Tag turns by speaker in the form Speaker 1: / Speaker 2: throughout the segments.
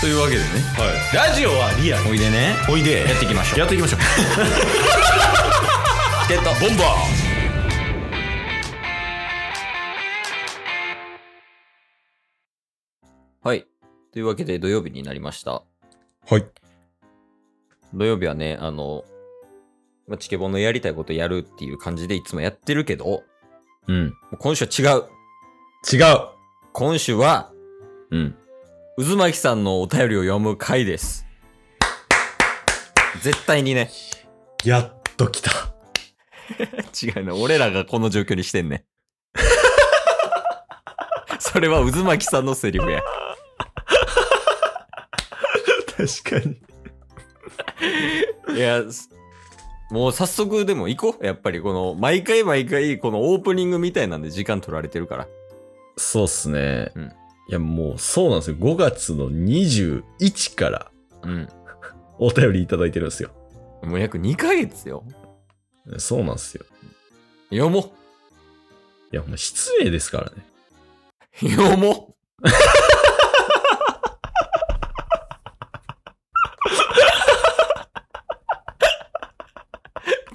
Speaker 1: というわけでね
Speaker 2: ラジオはリアル
Speaker 1: おいでね
Speaker 2: おいで
Speaker 1: やっていきましょう
Speaker 2: やってい きましょう
Speaker 1: チケットボンバーはいというわけで土曜日になりました
Speaker 2: はい
Speaker 1: 土曜日はねあのまあチケボンのやりたいことやるっていう感じでいつもやってるけども
Speaker 2: うん
Speaker 1: う今週は違う
Speaker 2: 違う
Speaker 1: 今週は
Speaker 2: うん
Speaker 1: 渦巻さんのお便りを読む回です絶対にね
Speaker 2: やっと来た
Speaker 1: 違うね俺らがこの状況にしてんね それは渦巻さんのセリフや
Speaker 2: 確かに
Speaker 1: いや、すもう早速でも行こう。やっぱりこの、毎回毎回、このオープニングみたいなんで時間取られてるから。
Speaker 2: そうっすね、
Speaker 1: うん
Speaker 2: いやもうそうなんですよ5月の21から
Speaker 1: うん。
Speaker 2: お便りいただいてるんですよ
Speaker 1: もう約2ヶ月よ。
Speaker 2: そうなんですよ
Speaker 1: 読も
Speaker 2: いやもう失礼ですからね
Speaker 1: う。読も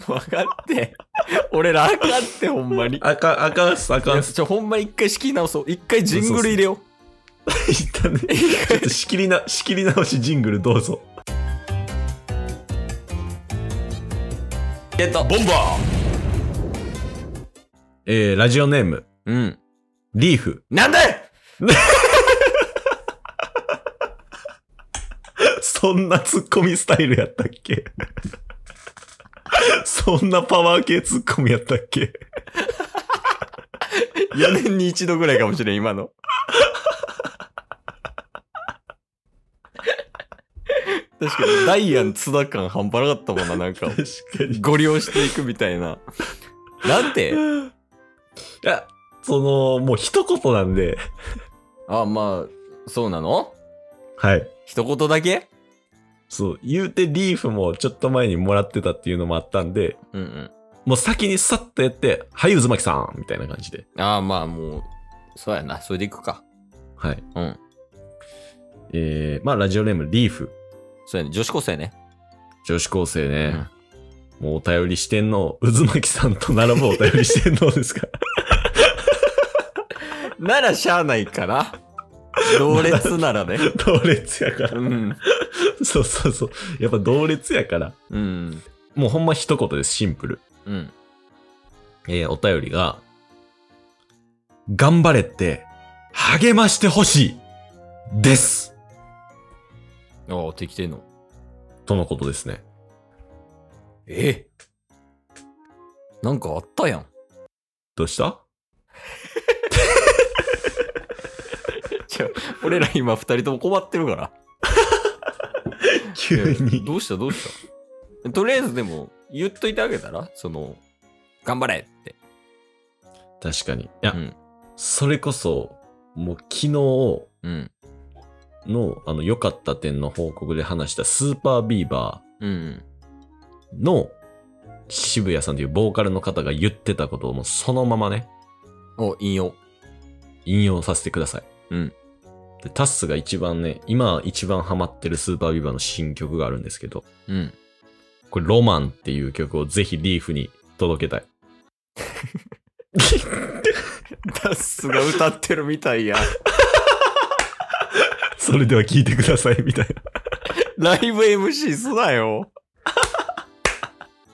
Speaker 1: う。分かって。俺らあかんって、ほんまに。
Speaker 2: あかあかんすあ
Speaker 1: い
Speaker 2: か
Speaker 1: や
Speaker 2: んす
Speaker 1: ちょ、ほんま一回仕切り直そう。一回ジングル入れよう。
Speaker 2: いったねちょっと仕切りな仕切り直しジングルどうぞ
Speaker 1: えっと、ボンバー
Speaker 2: えー、ラジオネーム
Speaker 1: うん。
Speaker 2: リーフ
Speaker 1: なんだよ
Speaker 2: そんなツッコミスタイルやったっ けそんなパワー系ツッコミやったっけ
Speaker 1: 4年に一度ぐらいかもしれん、今の。確かに、ダイアン津田感半端なかったもんな、なんか。
Speaker 2: 確かに
Speaker 1: ご利用していくみたい な。なんて
Speaker 2: いやそのもう一言なんで
Speaker 1: あ、まあ、そうなの
Speaker 2: はい
Speaker 1: 一言だけ
Speaker 2: そう言うてリーフもちょっと前にもらってたっていうのもあったんで
Speaker 1: うんうん。
Speaker 2: もう先にさっとやって「はい渦巻さん」みたいな感じで
Speaker 1: ああ、まあ、もう、そうやな。それでいくか。
Speaker 2: はい
Speaker 1: うん
Speaker 2: えー、まあラジオネームリーフ
Speaker 1: そうやね。女子高生ね。
Speaker 2: 女子高生ね、もうお便りしてんの渦巻さんと並ぶお便りしてんので すか
Speaker 1: ならしゃあないかな。同列な らね。
Speaker 2: 同列やから
Speaker 1: うん。
Speaker 2: そうそうそうやっぱ同列やから
Speaker 1: うん。
Speaker 2: もうほんま一言ですシンプル
Speaker 1: うん。
Speaker 2: えーお便りが、頑張れって、励ましてほしい、です。
Speaker 1: ああ、適当の。
Speaker 2: とのことですね。
Speaker 1: えなんかあったやん。
Speaker 2: どうした
Speaker 1: 俺ら今二人とも困ってるから。
Speaker 2: 急
Speaker 1: え
Speaker 2: に。
Speaker 1: どうしたどうしたとりあえずでも言っといてあげたらその、頑張れって。
Speaker 2: 確かに。いや、
Speaker 1: うん
Speaker 2: それこそ、もう昨
Speaker 1: う
Speaker 2: 日
Speaker 1: ん。
Speaker 2: の、あの、良かった点の報告で話したスーパービーバ
Speaker 1: うん。
Speaker 2: ーの渋谷さんというボーカルの方が言ってたことをもうそのままね、
Speaker 1: お、引用。
Speaker 2: 引用させてください。
Speaker 1: うん。
Speaker 2: で、タッスが一番ね、今一番ハマってるスーパービーバーの新曲があるんですけど、
Speaker 1: うん。
Speaker 2: これ、ロマンっていう曲をぜひリーフに届けたい。
Speaker 1: ダッスが歌ってるみたいや。
Speaker 2: それでは聴いてください、みたい
Speaker 1: ライブ MC すなよ。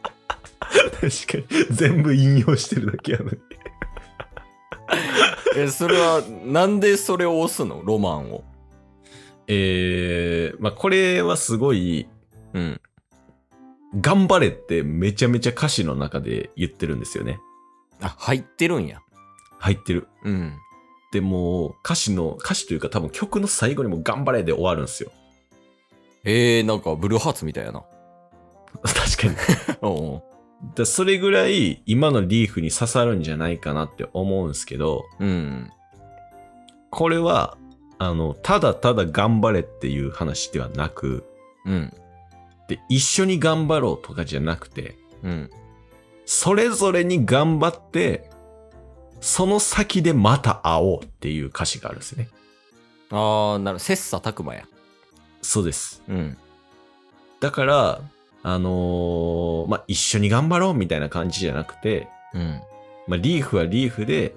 Speaker 2: な。確かに。全部引用してるだけやのに。
Speaker 1: え、それは、なんでそれを押すのロマンを。
Speaker 2: えー、まあ、これはすごい、
Speaker 1: うん。
Speaker 2: 頑張れってめちゃめちゃ歌詞の中で言ってるんですよね。
Speaker 1: あ、入ってるんや。
Speaker 2: 入ってる。
Speaker 1: うん。
Speaker 2: でも、歌詞の、歌詞というか多分曲の最後にも頑張れで終わるんですよ。
Speaker 1: えー、なんかブルーハーツみたい やな。
Speaker 2: 確かに。
Speaker 1: おう
Speaker 2: だそれぐらい今のリーフに刺さるんじゃないかなって思うんですけど、
Speaker 1: おううん。
Speaker 2: これは、あの、ただただ頑張れっていう話ではなく、
Speaker 1: うん。
Speaker 2: で、一緒に頑張ろうとかじゃなくて、
Speaker 1: うん。
Speaker 2: それぞれに頑張って、その先でまた会おうっていう歌詞があるんですね。
Speaker 1: あー、なる、切磋琢磨や。
Speaker 2: そうです。
Speaker 1: うん。
Speaker 2: だから、あのーまあ、一緒に頑張ろうみたいな感じじゃなくて、
Speaker 1: うん。
Speaker 2: まあ、リーフはリーフで、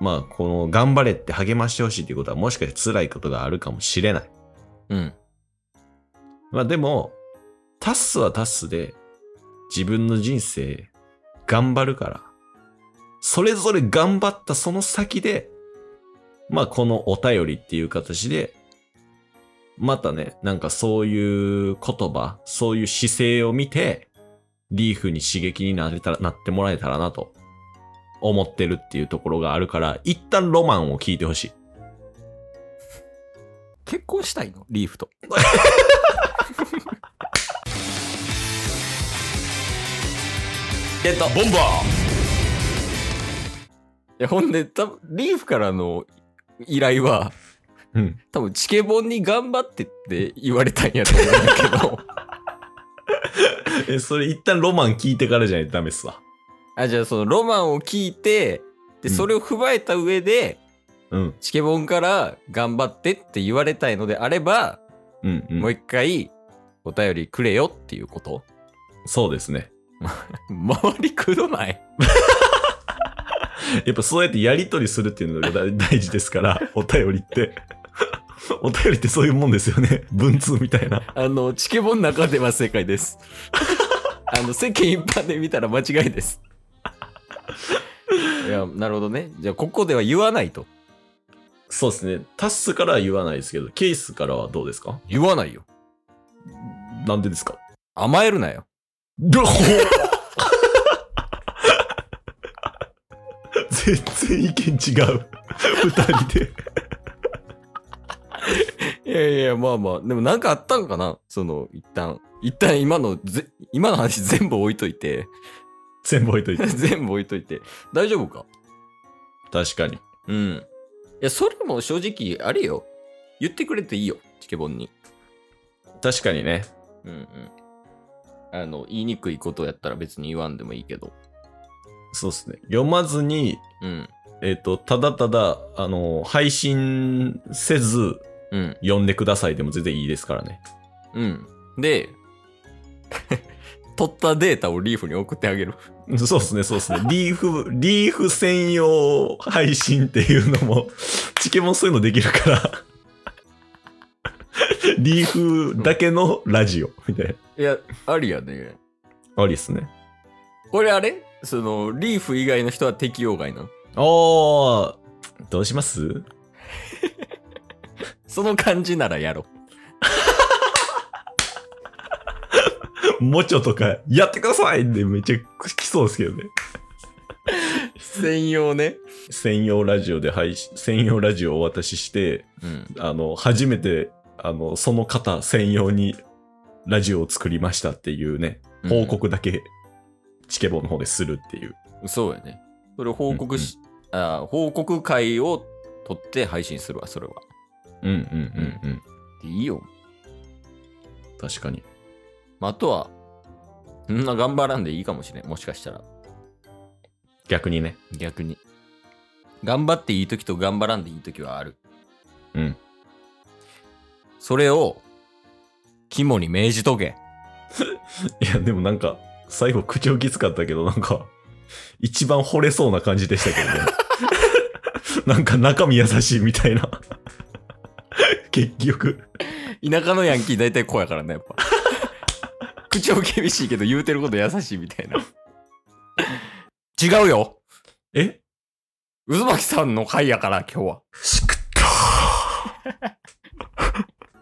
Speaker 2: まあ、この、頑張れって励ましてほしいっていうことは、もしかして辛いことがあるかもしれない。
Speaker 1: うん。
Speaker 2: まあ、でも、タッスはタッスで、自分の人生、頑張るから、それぞれ頑張ったその先で、まあ、このお便りっていう形で、またね、なんかそういう言葉、そういう姿勢を見て、リーフに刺激になれたら、なってもらえたらなと、思ってるっていうところがあるから、一旦ロマンを聞いてほしい。
Speaker 1: 結婚したいのリー フと。えっと、
Speaker 2: ボンバ
Speaker 1: いやほんで、多分リーフからの依頼は、
Speaker 2: ーうん。
Speaker 1: 多分チケボンに頑張ってって言われたんやと思うんだけ ど。
Speaker 2: え、それ一旦ロマン聞いてからじゃないとダメっすわ。
Speaker 1: あ、じゃあそのロマンを聞いて、で、
Speaker 2: うん
Speaker 1: それを踏まえた上で、
Speaker 2: うん。
Speaker 1: チケボンから頑張ってって言われたいのであれば、
Speaker 2: うん、うん。
Speaker 1: もう一回お便りくれよっていうこと。
Speaker 2: そうですね。
Speaker 1: 周りくどない
Speaker 2: やっぱそうやってやりとりするっていうのが大 大事ですから、お便りって。 お便りってそういうもんですよね。文通みたいな。
Speaker 1: あの、チケボンの中では正解です。 あの、世間一般で見たら間違い です。いや、なるほどね。じゃあ、ここでは言わないと。
Speaker 2: そうですね。タッスからは言わないですけど、ケースからはどうですか
Speaker 1: 言わないよ。
Speaker 2: なんでですか
Speaker 1: 甘えるなよ。
Speaker 2: ど 全然意見違う。二人で。
Speaker 1: いやいや、まあまあ。でもなんかあったんかなその、一旦。一旦今のぜ、今の話 全部置いといて。
Speaker 2: 全部置いといて。
Speaker 1: 全部置いといて。大丈夫か
Speaker 2: 確かに。
Speaker 1: うん。いや、それも正直、あれよ。言ってくれていいよ。チケボンに。
Speaker 2: 確かにね。
Speaker 1: うんうん。あの、言いにくいことやったら別に言わんでもいいけど。
Speaker 2: そうですね。読まずに、
Speaker 1: うん。
Speaker 2: えっ、と、ただただ、あの、配信せず、
Speaker 1: うん。
Speaker 2: 読んでくださいでも全然いいですからね。
Speaker 1: うん。で、 取ったデータをリーフに送ってあげる。
Speaker 2: そうですね、そうですね。リーフ、リーフ専用配信っていうのも、チケもそういうのできるから、リーフだけのラジオみたい
Speaker 1: いや、ありやね。
Speaker 2: な。ありですね。
Speaker 1: これあれその、リーフ以外の人は適用外なの
Speaker 2: あー、どうします
Speaker 1: その感じならやろう。
Speaker 2: もちょとか、やってくださいってめちゃくちゃ来そうですけどね。
Speaker 1: 専用ね。
Speaker 2: 専用ラジオで配信、専用ラジオをお渡しして、
Speaker 1: うん。
Speaker 2: あの、初めて、あの、その方専用にラジオを作りましたっていうね、報告だけ、チケボの方でするっていう。
Speaker 1: そうやね。それ報告し、あー報告会を取って配信するわ、それは。
Speaker 2: うんうんうんうん。
Speaker 1: でいいよ。
Speaker 2: 確かに。
Speaker 1: まあ、あとは、そんな頑張らんでいいかもしれん。もしかしたら、
Speaker 2: 逆にね。
Speaker 1: 逆に。頑張っていい時と頑張らんでいい時はある。
Speaker 2: うん。
Speaker 1: それを、肝に銘じとけ。
Speaker 2: いや、でもなんか、最後口をきつかったけど、なんか、一番惚れそうな感じでしたけどね。 なんか中身優しいみたいな。結局。
Speaker 1: 田舎のヤンキー大体こうやからね、やっぱ。 口を厳しいけど言うてること優しいみたいな。違うよ
Speaker 2: え
Speaker 1: 渦巻さんの回やから、今日は。
Speaker 2: しくった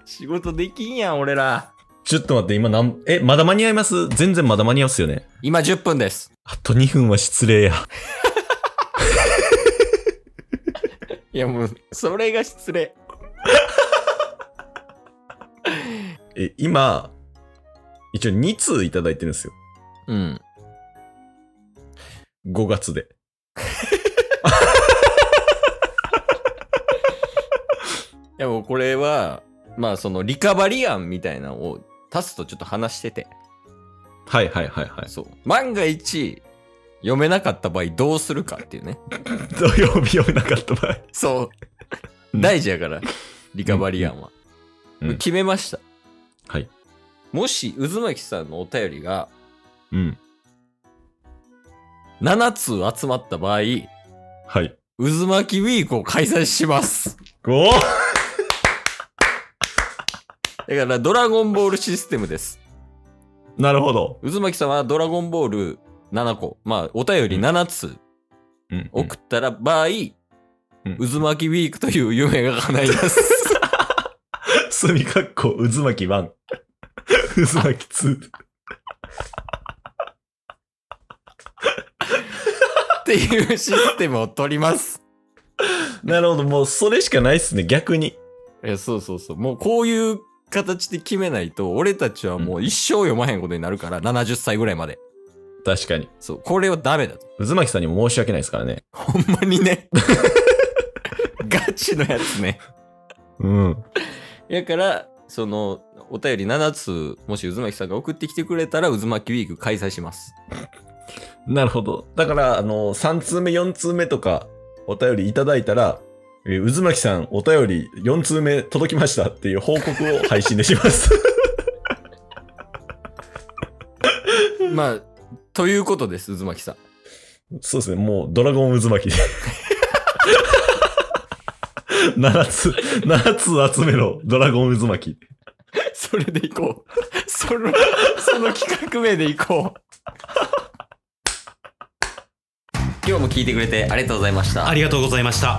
Speaker 1: 仕事できんやん、俺ら。
Speaker 2: ちょっと待って、今なん、え、まだ間に合います全然まだ間に合いますよね。
Speaker 1: 今10分です。
Speaker 2: あと2分は失礼や。
Speaker 1: いや、もう、それが失礼。
Speaker 2: え、今、一応2通いただいてるんですよ。
Speaker 1: うん。
Speaker 2: 5月で。
Speaker 1: いや、もうこれは、まあ、その、リカバリ案みたいなのを、タスとちょっと話してて。
Speaker 2: はいはいはいはい。
Speaker 1: そう。万が一、読めなかった場合どうするかっていうね。
Speaker 2: 土曜日読めなかった場合。
Speaker 1: そう う。大事やから、リカバリ案は。
Speaker 2: うんうん
Speaker 1: 決めました。
Speaker 2: はい。
Speaker 1: もし、渦巻さんのお便りが
Speaker 2: うん。
Speaker 1: 7通集まった場合、
Speaker 2: はい。
Speaker 1: 渦巻きウィークを開催します。
Speaker 2: おー
Speaker 1: だから、ドラゴンボールシステムです。
Speaker 2: なるほど。
Speaker 1: 渦巻さんはドラゴンボール7個、まあ、お便り7通
Speaker 2: うん
Speaker 1: 送ったら場合、
Speaker 2: ん
Speaker 1: 渦巻きウィークという夢が叶います。
Speaker 2: 隅かっこ、渦巻き1。渦巻き2。
Speaker 1: っていうシステムを取ります。
Speaker 2: なるほど。もう、それしかないっすね。逆に。
Speaker 1: え、そうそうそう。もうこういう形で決めないと、俺たちはもう一生読まへんことになるから、70歳ぐらいまで。
Speaker 2: 確かに。
Speaker 1: そう、これはダメだと。
Speaker 2: 渦巻きさんにも申し訳ないですからね。
Speaker 1: ほんまにね。 ガチのやつね。
Speaker 2: うん。
Speaker 1: やから、その、お便り7つ、もし渦巻さんが送ってきてくれたら、渦巻きウィーク開催します。
Speaker 2: なるほど。だから、あの、3通目、4通目とか、お便りいただいたら、えー渦巻きさん、お便り4通目届きましたっていう報告を配信でします。
Speaker 1: まあ、ということです、渦 巻さん。
Speaker 2: そうですね、もうドラゴン渦巻きで。7つ、7つ集めろ、ドラゴン渦巻き。
Speaker 1: それでいこ う。その、その企画名でいこう。 今日も聞いてくれてありがとうございました
Speaker 3: あ。りがとうございました